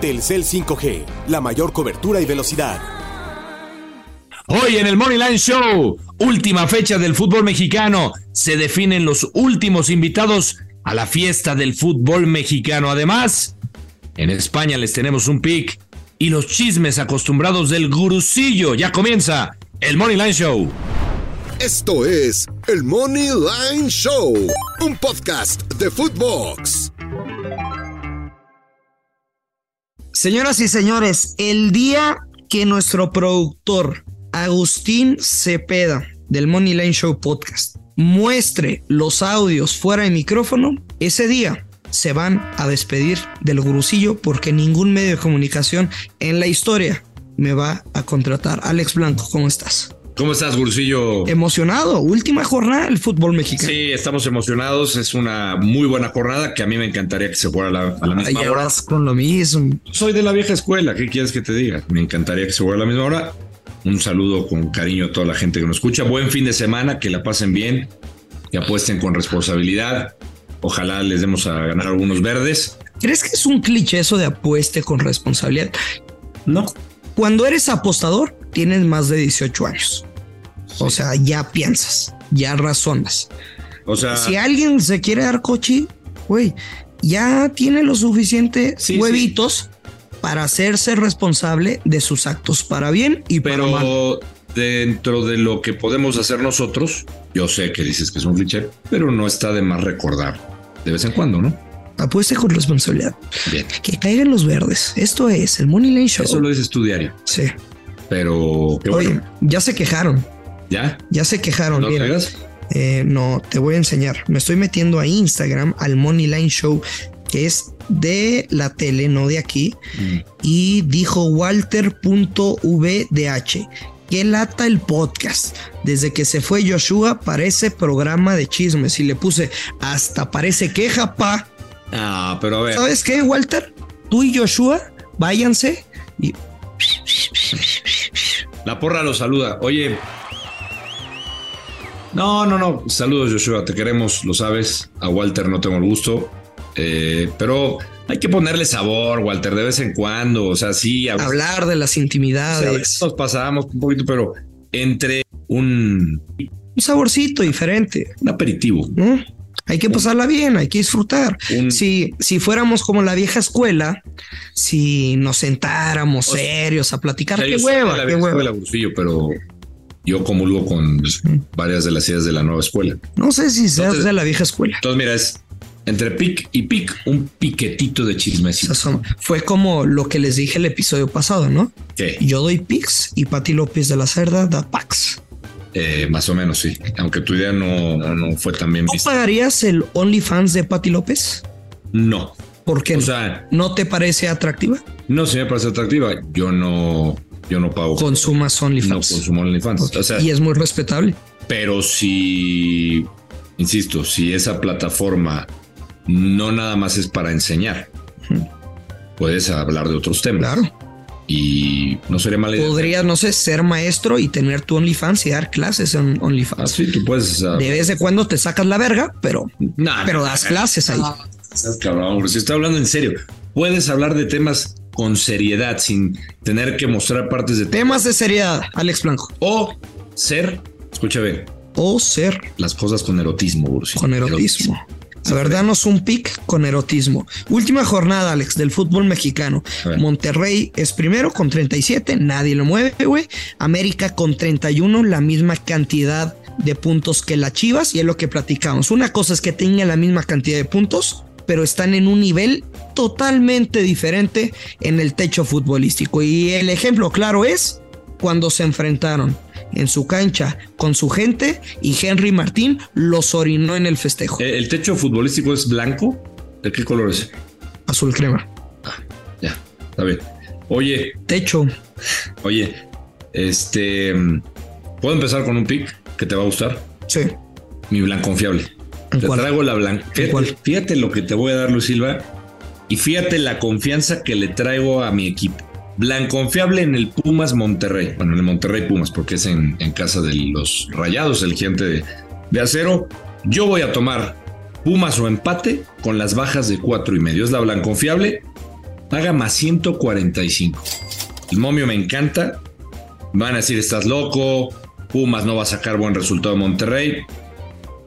Telcel 5G, la mayor cobertura y velocidad. Hoy en el Money Line Show, última fecha del fútbol mexicano, se definen los últimos invitados a la fiesta del fútbol mexicano. Además, en España les tenemos un pick y los chismes acostumbrados del gurusillo. Ya comienza el Money Line Show. Esto es el Money Line Show, un podcast de Footbox. Señoras y señores, el día que nuestro productor Agustín Cepeda del Money Line Show Podcast muestre los audios fuera de micrófono, ese día se van a despedir del gurusillo porque ningún medio de comunicación en la historia me va a contratar. Alex Blanco, ¿cómo estás? ¿Cómo estás, Gurusillo? Emocionado, última jornada del fútbol mexicano. Sí, estamos emocionados. Es una muy buena jornada que a mí me encantaría que se fuera a la, a la misma Ay, hora. ahora es con lo mismo. Soy de la vieja escuela. ¿Qué quieres que te diga? Me encantaría que se fuera a la misma hora. Un saludo con cariño a toda la gente que nos escucha. Buen fin de semana, que la pasen bien, que apuesten con responsabilidad. Ojalá les demos a ganar algunos verdes. ¿Crees que es un cliché eso de apueste con responsabilidad? No. Cuando eres apostador, tienes más de 18 años. O sea, ya piensas, ya razonas. O sea, Si alguien se quiere dar coche, güey, ya tiene lo suficiente Sí, huevitos para hacerse responsable de sus actos para bien y para mal. pero dentro de lo que podemos hacer nosotros, yo sé que dices que es un cliché, pero no está de más recordar de vez en cuando, ¿no? Apueste con responsabilidad. Bien. Que caigan los verdes. Esto es el Money Lane Show. Eso lo dices tú diario, Sí. pero qué Oye, bueno, ya se quejaron. ya. Ya se quejaron. ¿No mira. juegas? Eh, no, te voy a enseñar. Me estoy metiendo a Instagram, al Money Line Show, que es de la tele, no de aquí. Mm. Y dijo Walter.vdh. Que lata el podcast. Desde que se fue Joshua, parece programa de chismes. Y le puse hasta parece queja, pa. Ah, pero a ver. ¿Sabes qué, Walter? Tú y Joshua, váyanse. Y La porra lo saluda. Oye. No, no, no. Saludos, Joshua. Te queremos, lo sabes. A Walter no tengo el gusto. Eh, pero hay que ponerle sabor, Walter, de vez en cuando. O sea, sí, a, hablar o sea, a de las veces intimidades. nos pasamos un poquito, pero entre un, Un saborcito diferente. un aperitivo. ¿no? ¿Eh? Hay que pasarla bien, hay que disfrutar. Un- Si, si fuéramos como la vieja escuela, si nos sentáramos O sea, serios a platicar, Yo qué soy de hueva, la qué vieja hueva. escuela, Bursillo, pero yo comulgo con varias de las ideas de la nueva escuela. No sé si seas Entonces- de la vieja escuela. Entonces, mira, es entre pic y pic, un piquetito de O sea, chismecito. son- fue como lo que les dije el episodio pasado, ¿no? ¿Qué? Yo doy pics y Pati López de la Cerda da packs. Eh, más o menos, sí. Aunque tu idea no, no- no fue tan bien ¿No vista. pagarías el OnlyFans de Pati López? No. ¿Por qué O no? sea, ¿No te parece atractiva? no se me parece atractiva. Yo no, yo no pago. Consumas no OnlyFans. consumo OnlyFans. O sea, y es muy respetable. pero si, insisto, si esa plataforma no nada más es para enseñar, Ujú. puedes hablar de otros temas. Claro. Y no sería mala idea. Podrías, no sé, ser maestro y tener tu OnlyFans y dar clases en Ah, OnlyFans. sí, tú puedes. o sea, De vez en cuando te sacas la verga, pero, nah, Ah. pero das clases ahí. Estás cabrón, bro. Si está hablando en serio, puedes hablar de temas con seriedad sin tener que mostrar partes de temas Temas de seriedad, Alex Blanco. o ser, escucha bien, O ser las cosas con erotismo, Bursi. con erotismo. La verdad, nos un pick con erotismo. Última jornada, Alex, del fútbol mexicano. A ver. Monterrey es primero con 37, nadie lo mueve, güey. América con 31, la misma cantidad de puntos que la Chivas y es lo que platicamos. Una cosa es que tengan la misma cantidad de puntos, pero están en un nivel totalmente diferente en el techo futbolístico. Y el ejemplo claro es cuando se enfrentaron en su cancha con su gente y Henry Martín los orinó en el festejo. Eh, ¿El techo futbolístico es blanco? ¿De qué color es? Azul crema. Ya, está bien. Oye, Techo, oye, este. mm, ¿Puedo empezar con un pick que te va a gustar? sí. Mi blanco confiable. ¿En Te cuál? traigo la blanca. Fíjate, cuál? fíjate lo que te voy a dar, Luis Silva. Y fíjate la confianza que le traigo a mi equipo. Blanconfiable en el Pumas Monterrey. Bueno, en el Monterrey Pumas, porque es en, en casa de los rayados, el gigante de, de acero. Yo voy a tomar Pumas o empate con las bajas de cuatro y medio. Es la blanconfiable. Paga más 145. El momio me encanta. Van a decir, estás loco. Pumas no va a sacar buen resultado en Monterrey.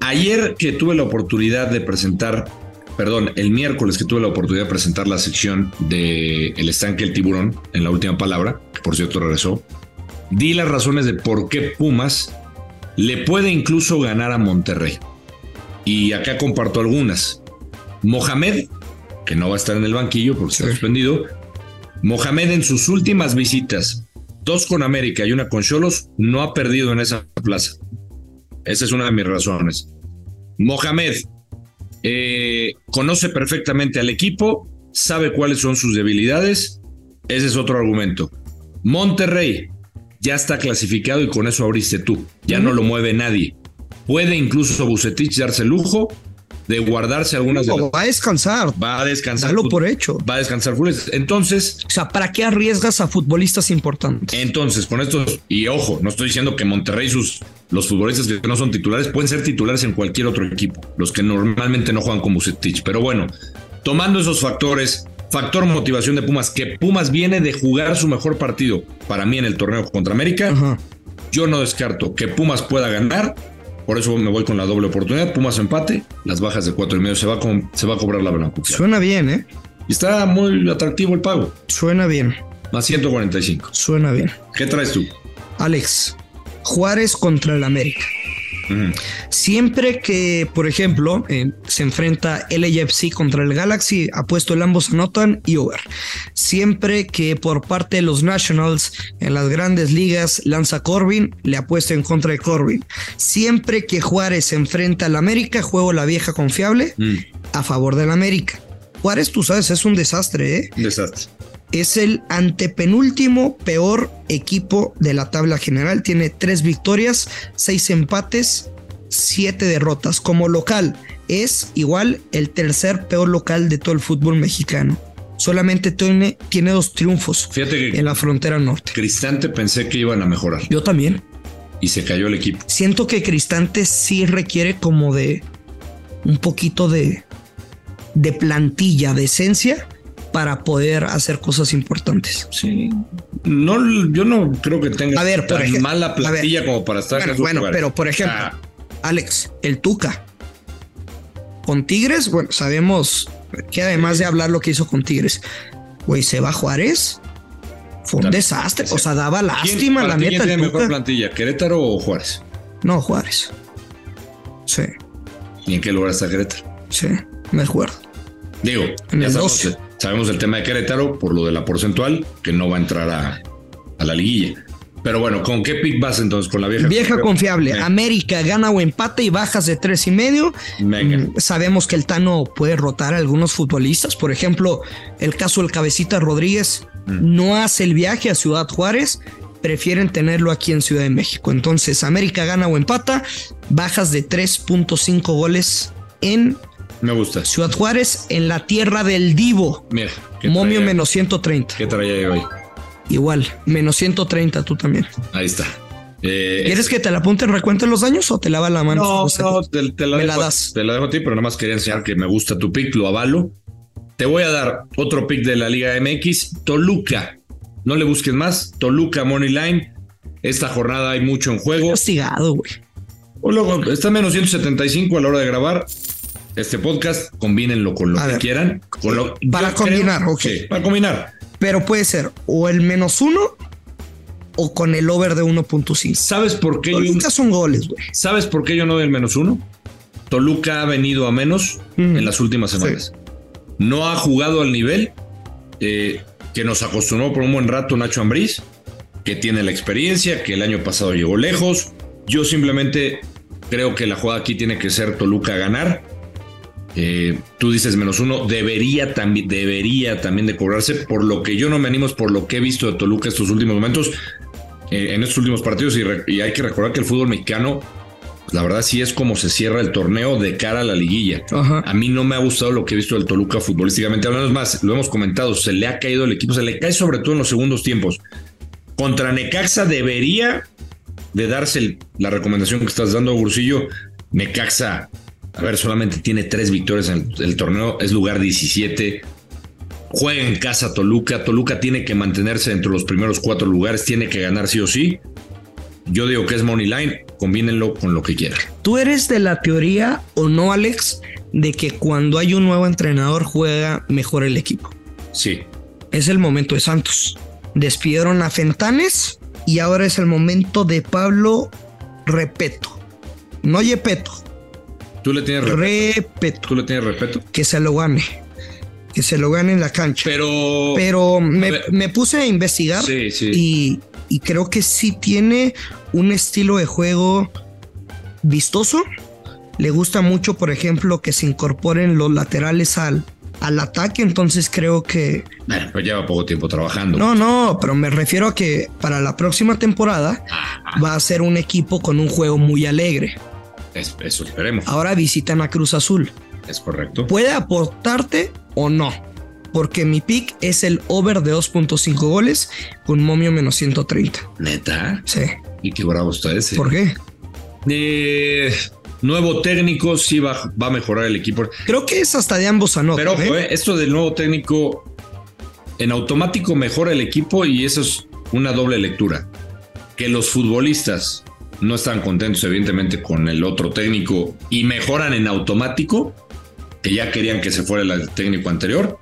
Ayer que tuve la oportunidad de presentar, perdón, el miércoles que tuve la oportunidad de presentar la sección de El estanque el tiburón, en la última palabra, que por cierto regresó, di las razones de por qué Pumas le puede incluso ganar a Monterrey. Y acá comparto algunas. Mohamed, que no va a estar en el banquillo porque está suspendido. Mohamed en sus últimas visitas, dos con América y una con Cholos, no ha perdido en esa plaza. Esa es una de mis razones. Mohamed eh, conoce perfectamente al equipo, sabe cuáles son sus debilidades. Ese es otro argumento. Monterrey ya está clasificado y con eso abriste tú. Ya no lo mueve nadie. Puede incluso Bucetich darse el lujo de guardarse algunas de O las- va a descansar. Va a descansar. Dalo por hecho. Va a descansar Funes. Entonces, O sea, ¿para qué arriesgas a futbolistas importantes? Entonces, con estos, y ojo, no estoy diciendo que Monterrey, sus, los futbolistas que no son titulares, pueden ser titulares en cualquier otro equipo, los que normalmente no juegan con Bucetich. Pero bueno, tomando esos factores, factor motivación de Pumas, que Pumas viene de jugar su mejor partido para mí en el torneo contra América, Ajá. yo no descarto que Pumas pueda ganar. Por eso me voy con la doble oportunidad. Pumas empate, las bajas de cuatro y medio se va a, com- se va a cobrar la blanca. Suena bien, ¿eh? Y está muy atractivo el pago, Suena bien, más 145. suena bien. ¿Qué traes tú? Alex, Juárez contra el América. Ujú. Siempre que, por ejemplo, eh, se enfrenta LAFC contra el Galaxy, apuesto el ambos anotan y over. Siempre que por parte de los Nationals en las grandes ligas lanza Corbin, le apuesto en contra de Corbin. Siempre que Juárez se enfrenta al América, juego la vieja confiable Mm, a favor del América. Juárez, tú sabes, es un desastre, ¿eh? un desastre. es el antepenúltimo peor equipo de la tabla general. Tiene tres victorias, seis empates, siete derrotas. Como local, es igual el tercer peor local de todo el fútbol mexicano. Solamente tiene, tiene dos triunfos Fíjate que en la frontera norte. Cristante pensé que iban a mejorar Yo también. y se cayó el equipo. Siento que Cristante sí requiere como de un poquito de, de plantilla, de esencia, para poder hacer cosas importantes. Sí. No, yo no creo que tenga A ver, por tan ejemplo, mala plantilla a ver. como para estar en Bueno, esos bueno, lugares. pero por ejemplo, Ah, Alex, el Tuca. Con Tigres, bueno, sabemos que además de hablar lo que hizo con Tigres, güey, se va Juárez. Fue un También. desastre. O sea, daba ¿quién- lástima, para la ti quién neta. el tiene mejor Tuca. plantilla, Querétaro o Juárez? No, Juárez. Sí, ¿Y en qué lugar está Querétaro? sí, me acuerdo. Digo, En ya el sabemos, 12. sabemos el tema de Querétaro por lo de la porcentual, que no va a entrar a, a la liguilla. Pero bueno, ¿con qué pick vas entonces? ¿Con la vieja? Vieja confiable. Eh. América gana o empate y bajas de tres y medio. Venga. Mm, Sabemos que el Tano puede rotar a algunos futbolistas. Por ejemplo, el caso del Cabecita Rodríguez Mm. no hace el viaje a Ciudad Juárez. Prefieren tenerlo aquí en Ciudad de México. Entonces, América gana o empata. Bajas de 3.5 goles en Me gusta. Ciudad Juárez, en la tierra del Divo. Mira. ¿qué Momio traía- menos 130. ¿Qué traía yo hoy? Igual, menos 130 tú también. Ahí está. Eh, ¿Quieres que te la apunte en recuento de los daños o te lava la mano? No, José? no, te, te la Me dejo, la das. te la dejo a ti, pero nada más quería enseñar que me gusta tu pick, lo avalo. Te voy a dar otro pick de la Liga MX, Toluca. No le busques más, Toluca Money Line. Esta jornada hay mucho en juego. Castigado, güey. O luego, está menos 175 a la hora de grabar este podcast. Combínenlo con lo A que ver. quieran. Con lo- Para yo creo- combinar, ok. Sí, para combinar. Pero puede ser o el menos uno o con el over de 1.5. ¿Sabes por qué? yo- Toluca son goles, güey. ¿Sabes por qué yo no doy el menos uno? Toluca ha venido a menos Mm. en las últimas semanas. No ha jugado al nivel eh, que nos acostumbró por un buen rato Nacho Ambriz, que tiene la experiencia, que el año pasado llegó lejos. Yo simplemente creo que la jugada aquí tiene que ser Toluca a ganar. Eh, tú dices menos uno, debería también, debería también de cobrarse. Por lo que yo no me animo es por lo que he visto de Toluca estos últimos momentos, eh, en estos últimos partidos. Y, re- y hay que recordar que el fútbol mexicano, pues, la verdad, sí es como se cierra el torneo de cara a la liguilla. Ajá. A mí no me ha gustado lo que he visto del Toluca futbolísticamente. Hablando es más, lo hemos comentado, se le ha caído el equipo, se le cae sobre todo en los segundos tiempos. Contra Necaxa debería de darse el- la recomendación que estás dando, Gursillo. Necaxa, a ver, solamente tiene tres victorias en el, el torneo, es lugar 17. Juega en casa Toluca. Toluca tiene que mantenerse entre los primeros cuatro lugares. Tiene que ganar sí o sí. Yo digo que es Money Line. Combínenlo con lo que quieran. ¿Tú eres de la teoría o no, Alex, de que cuando hay un nuevo entrenador juega mejor el equipo? Sí. Es el momento de Santos. Despidieron a Fentanes y ahora es el momento de Pablo Repeto. No Yepeto, ¿Tú le tienes respeto? Repeto. ¿Tú le tienes respeto? Que se lo gane. Que se lo gane en la cancha. Pero. Pero me, ver. me puse a investigar Sí, sí. y, y creo que sí tiene un estilo de juego vistoso. Le gusta mucho, por ejemplo, que se incorporen los laterales al, al ataque. Entonces creo que... Bueno, pues lleva poco tiempo trabajando. No, no, pero me refiero a que para la próxima temporada va a ser un equipo con un juego muy alegre. Es- eso esperemos. Ahora visitan a Cruz Azul. Es correcto. puede aportarte o no. Porque mi pick es el over de 2.5 goles con momio menos 130. Neta. Sí. Y qué bravo está ese. ¿Por qué? Eh, nuevo técnico, sí va, va a mejorar el equipo. Creo que es hasta de ambos anotan. Pero ¿eh? ojo, eh, esto del nuevo técnico en automático mejora el equipo y eso es una doble lectura. Que los futbolistas no están contentos, evidentemente, con el otro técnico y mejoran en automático, que ya querían que se fuera el técnico anterior,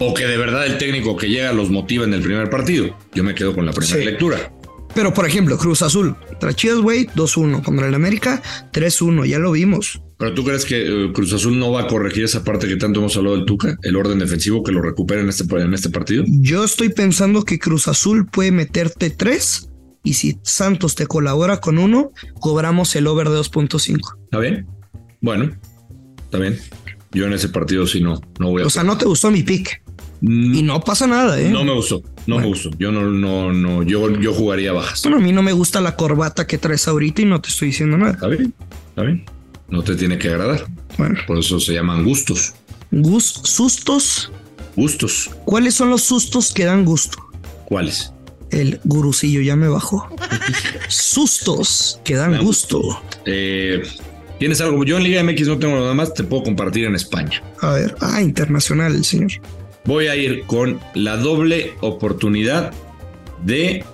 o que de verdad el técnico que llega los motiva en el primer partido. Yo me quedo con la primera Sí. lectura. Pero por ejemplo, Cruz Azul. Tras Chivas, güey, 2-1. Contra el América, 3-1. Ya lo vimos. Pero tú crees que eh, Cruz Azul no va a corregir esa parte que tanto hemos hablado del Tuca, el orden defensivo que lo recupera en este, en este partido? Yo estoy pensando que Cruz Azul puede meterte 3. Y si Santos te colabora con uno, cobramos el over de 2.5. ¿Está bien? Bueno, está bien. Yo en ese partido Pues sí no, no voy a. O sea, no te gustó mi pick. Mm, Y no pasa nada, ¿eh? no me gustó, no me gustó. Yo no, no, no, yo, yo jugaría bajas. Bueno, a mí no me gusta la corbata que traes ahorita y no te estoy diciendo nada. ¿Está bien? ¿Está bien? No te tiene que agradar. Bueno, Por eso se llaman gustos. Gus, sustos. Gustos. ¿Cuáles son los sustos que dan gusto? ¿Cuáles? El gurusillo ya me bajó. sustos que dan gusto. Eh, ¿Tienes algo? Yo en Liga MX no tengo nada más, te puedo compartir en España. A ver, ah, internacional el señor. Voy a ir con la doble oportunidad de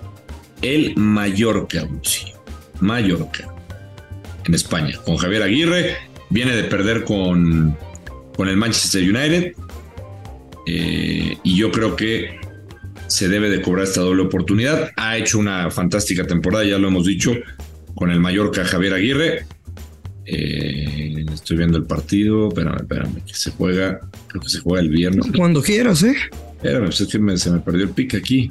el Mallorca, Busi. Mallorca, en España, con Javier Aguirre. Viene de perder con, con el Manchester United. Eh, y yo creo que se debe de cobrar esta doble oportunidad. Ha hecho una fantástica temporada, ya lo hemos dicho, con el Mallorca Javier Aguirre. Eh, estoy viendo el partido, espérame, espérame, que se juega, creo que se juega el viernes. Cuando quieras, ¿eh? Espérame, pues es que me- se me perdió el pick aquí.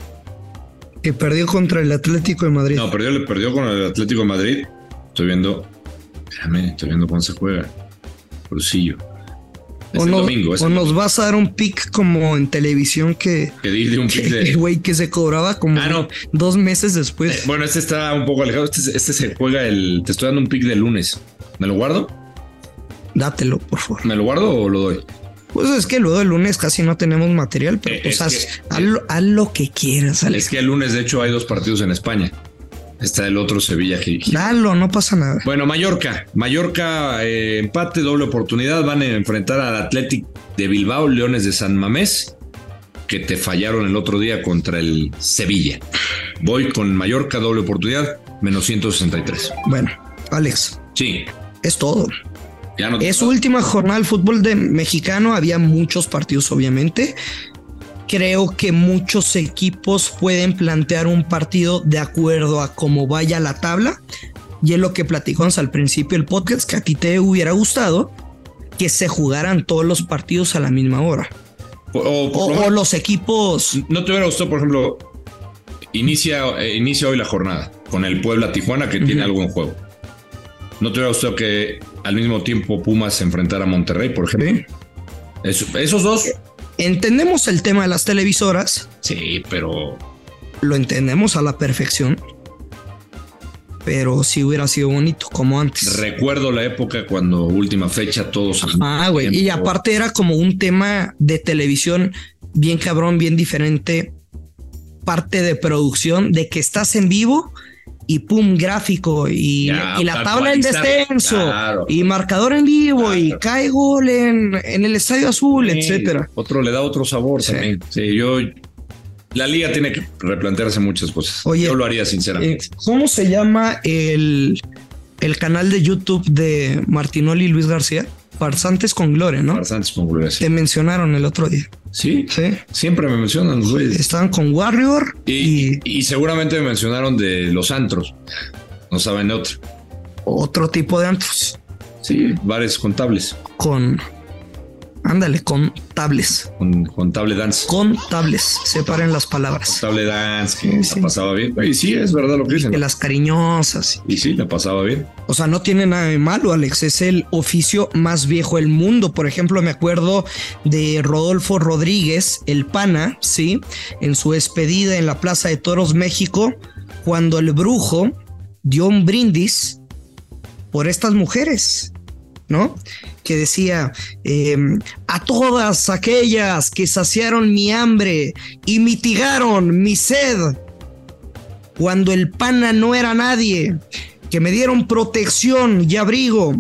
Que perdió contra el Atlético de Madrid. No, perdió, le perdió con el Atlético de Madrid. Estoy viendo. Espérame, estoy viendo cómo se juega. Crucillo. Es o el no- domingo, es o el nos vas a dar un pick como en televisión que que di de un pick que- el de. güey que se cobraba como Ah, no. dos meses después. Bueno, este está un poco alejado. Este, este se juega el. Te estoy dando un pick de lunes. ¿Me lo guardo? Dátelo, por favor. ¿Me lo guardo o lo doy? Pues es que luego el lunes casi no tenemos material, pero Eh, pues es haz, que- haz lo, haz lo que quieras, Alex. Es que el lunes, de hecho, hay dos partidos en España. Está el otro Sevilla. que- Dalo, no pasa nada. Bueno, Mallorca. Mallorca, eh, empate, doble oportunidad. Van a enfrentar al Athletic de Bilbao, Leones de San Mamés, que te fallaron el otro día contra el Sevilla. Voy con Mallorca, doble oportunidad, menos 163. Bueno, Alex, Sí, es todo. ya no Es última jornada del fútbol de mexicano. Había muchos partidos, obviamente. Creo que muchos equipos pueden plantear un partido de acuerdo a cómo vaya la tabla. Y es lo que platicamos al principio del podcast, que a ti te hubiera gustado que se jugaran todos los partidos a la misma hora. O- o- O, por lo o menos, los equipos... No te hubiera gustado, por ejemplo, inicia, eh, inicia hoy la jornada con el Puebla Tijuana, que tiene Ujú. algo en juego. No te hubiera gustado que al mismo tiempo Pumas se enfrentara a Monterrey, por ejemplo. Eso- esos dos. Eh, Entendemos el tema de las televisoras, Sí, pero lo entendemos a la perfección, pero sí hubiera sido bonito como antes. recuerdo la época cuando última fecha todos. al Ah, güey. Y tiempo. aparte era como un tema de televisión bien cabrón, bien diferente. Parte de producción de que estás en vivo y pum, gráfico y, Ya, y la para tabla en actualizar. descenso Claro. y marcador en vivo y Claro. cae gol en, en el Estadio Azul, Sí, etcétera. Otro le da otro sabor Sí. también. Sí, yo. La liga tiene que replantearse muchas cosas. Oye, yo lo haría Eh, sinceramente. ¿Cómo se llama el, el canal de YouTube de Martinoli y Luis García? Farsantes con Gloria, ¿no? Farsantes con Gloria, sí. Te mencionaron el otro día. Sí, Sí. siempre me mencionan los güeyes. Estaban con Warrior Este, y, Y, y seguramente me mencionaron de los antros. No saben de otro. otro tipo de antros. Sí, bares contables. Con. Ándale, con tables. Con, contable dance. Con tables. Separen las palabras. Contable dance, que Sí, la sí. pasaba bien. Y sí, es verdad lo que De dicen. las cariñosas. Y sí, la pasaba bien. O sea, no tiene nada de malo, Alex. Es el oficio más viejo del mundo. Por ejemplo, me acuerdo de Rodolfo Rodríguez, el pana, ¿sí? En su despedida en la Plaza de Toros, México, cuando el brujo dio un brindis por estas mujeres, ¿no? Que decía, eh, a todas aquellas que saciaron mi hambre y mitigaron mi sed, cuando el pana no era nadie, que me dieron protección y abrigo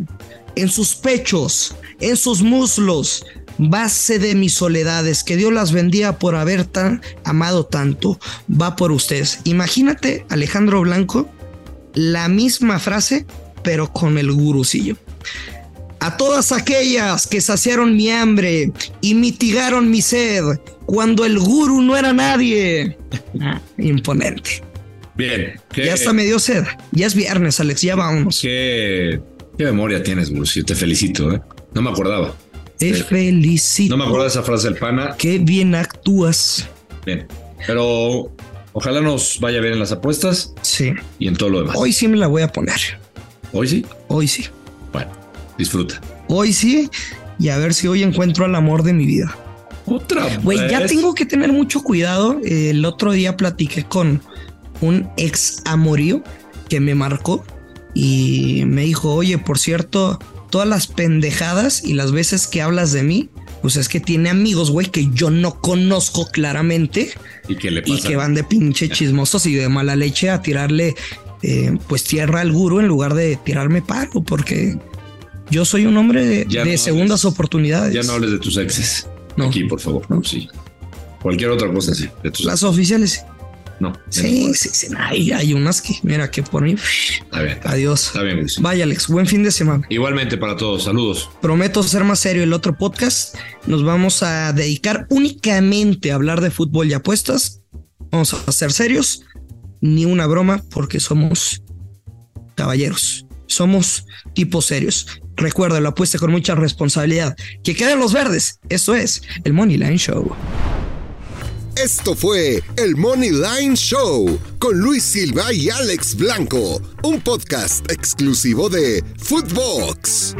en sus pechos, en sus muslos, base de mis soledades, que Dios las bendiga por haber tan amado tanto, va por ustedes. Imagínate, Alejandro Blanco, la misma frase, pero con el gurusillo. A todas aquellas que saciaron mi hambre y mitigaron mi sed cuando el gurú no era nadie. Ah, imponente. Bien. ¿Qué, Ya hasta me dio sed. Ya es viernes, Alex. Ya vámonos. Pues, qué, qué memoria tienes, Bruce? Te felicito. ¿eh? No me acordaba. Te Sí. felicito. No me acordaba esa frase del pana. Qué bien actúas. Bien. Pero ojalá nos vaya bien en las apuestas Sí. y en todo lo demás. Hoy sí me la voy a poner. Hoy sí. Hoy sí. Bueno, disfruta. Hoy sí. Y a ver si hoy encuentro al amor de mi vida. Otra Güey, ya vez. tengo que tener mucho cuidado. El otro día platiqué con un ex amorío que me marcó y me dijo, oye, por cierto, todas las pendejadas y las veces que hablas de mí, pues es que tiene amigos, güey, que yo no conozco claramente. ¿Y qué le y pasa? que van de pinche chismosos y de mala leche a tirarle eh, pues tierra al gurú en lugar de tirarme paro porque yo soy un hombre de, Ya de no segundas hables. oportunidades. Ya no hables de tus exes. No. Aquí, por favor. No. Sí. Cualquier otra cosa, sí. De tus Las oficiales. No. Sí, sí, sí. Ay, hay unas que, mira, que por mí. Está bien. Adiós. Está bien, Bruce. Vaya, Alex. Buen fin de semana. Igualmente para todos. Saludos. Prometo ser más serio el otro podcast. Nos vamos a dedicar únicamente a hablar de fútbol y apuestas. Vamos a ser serios. Ni una broma porque somos caballeros. Somos tipos serios. Recuerda, la apuesta con mucha responsabilidad. Que queden los verdes. Esto es el Money Line Show. Esto fue el Money Line Show con Luis Silva y Alex Blanco, un podcast exclusivo de Footbox.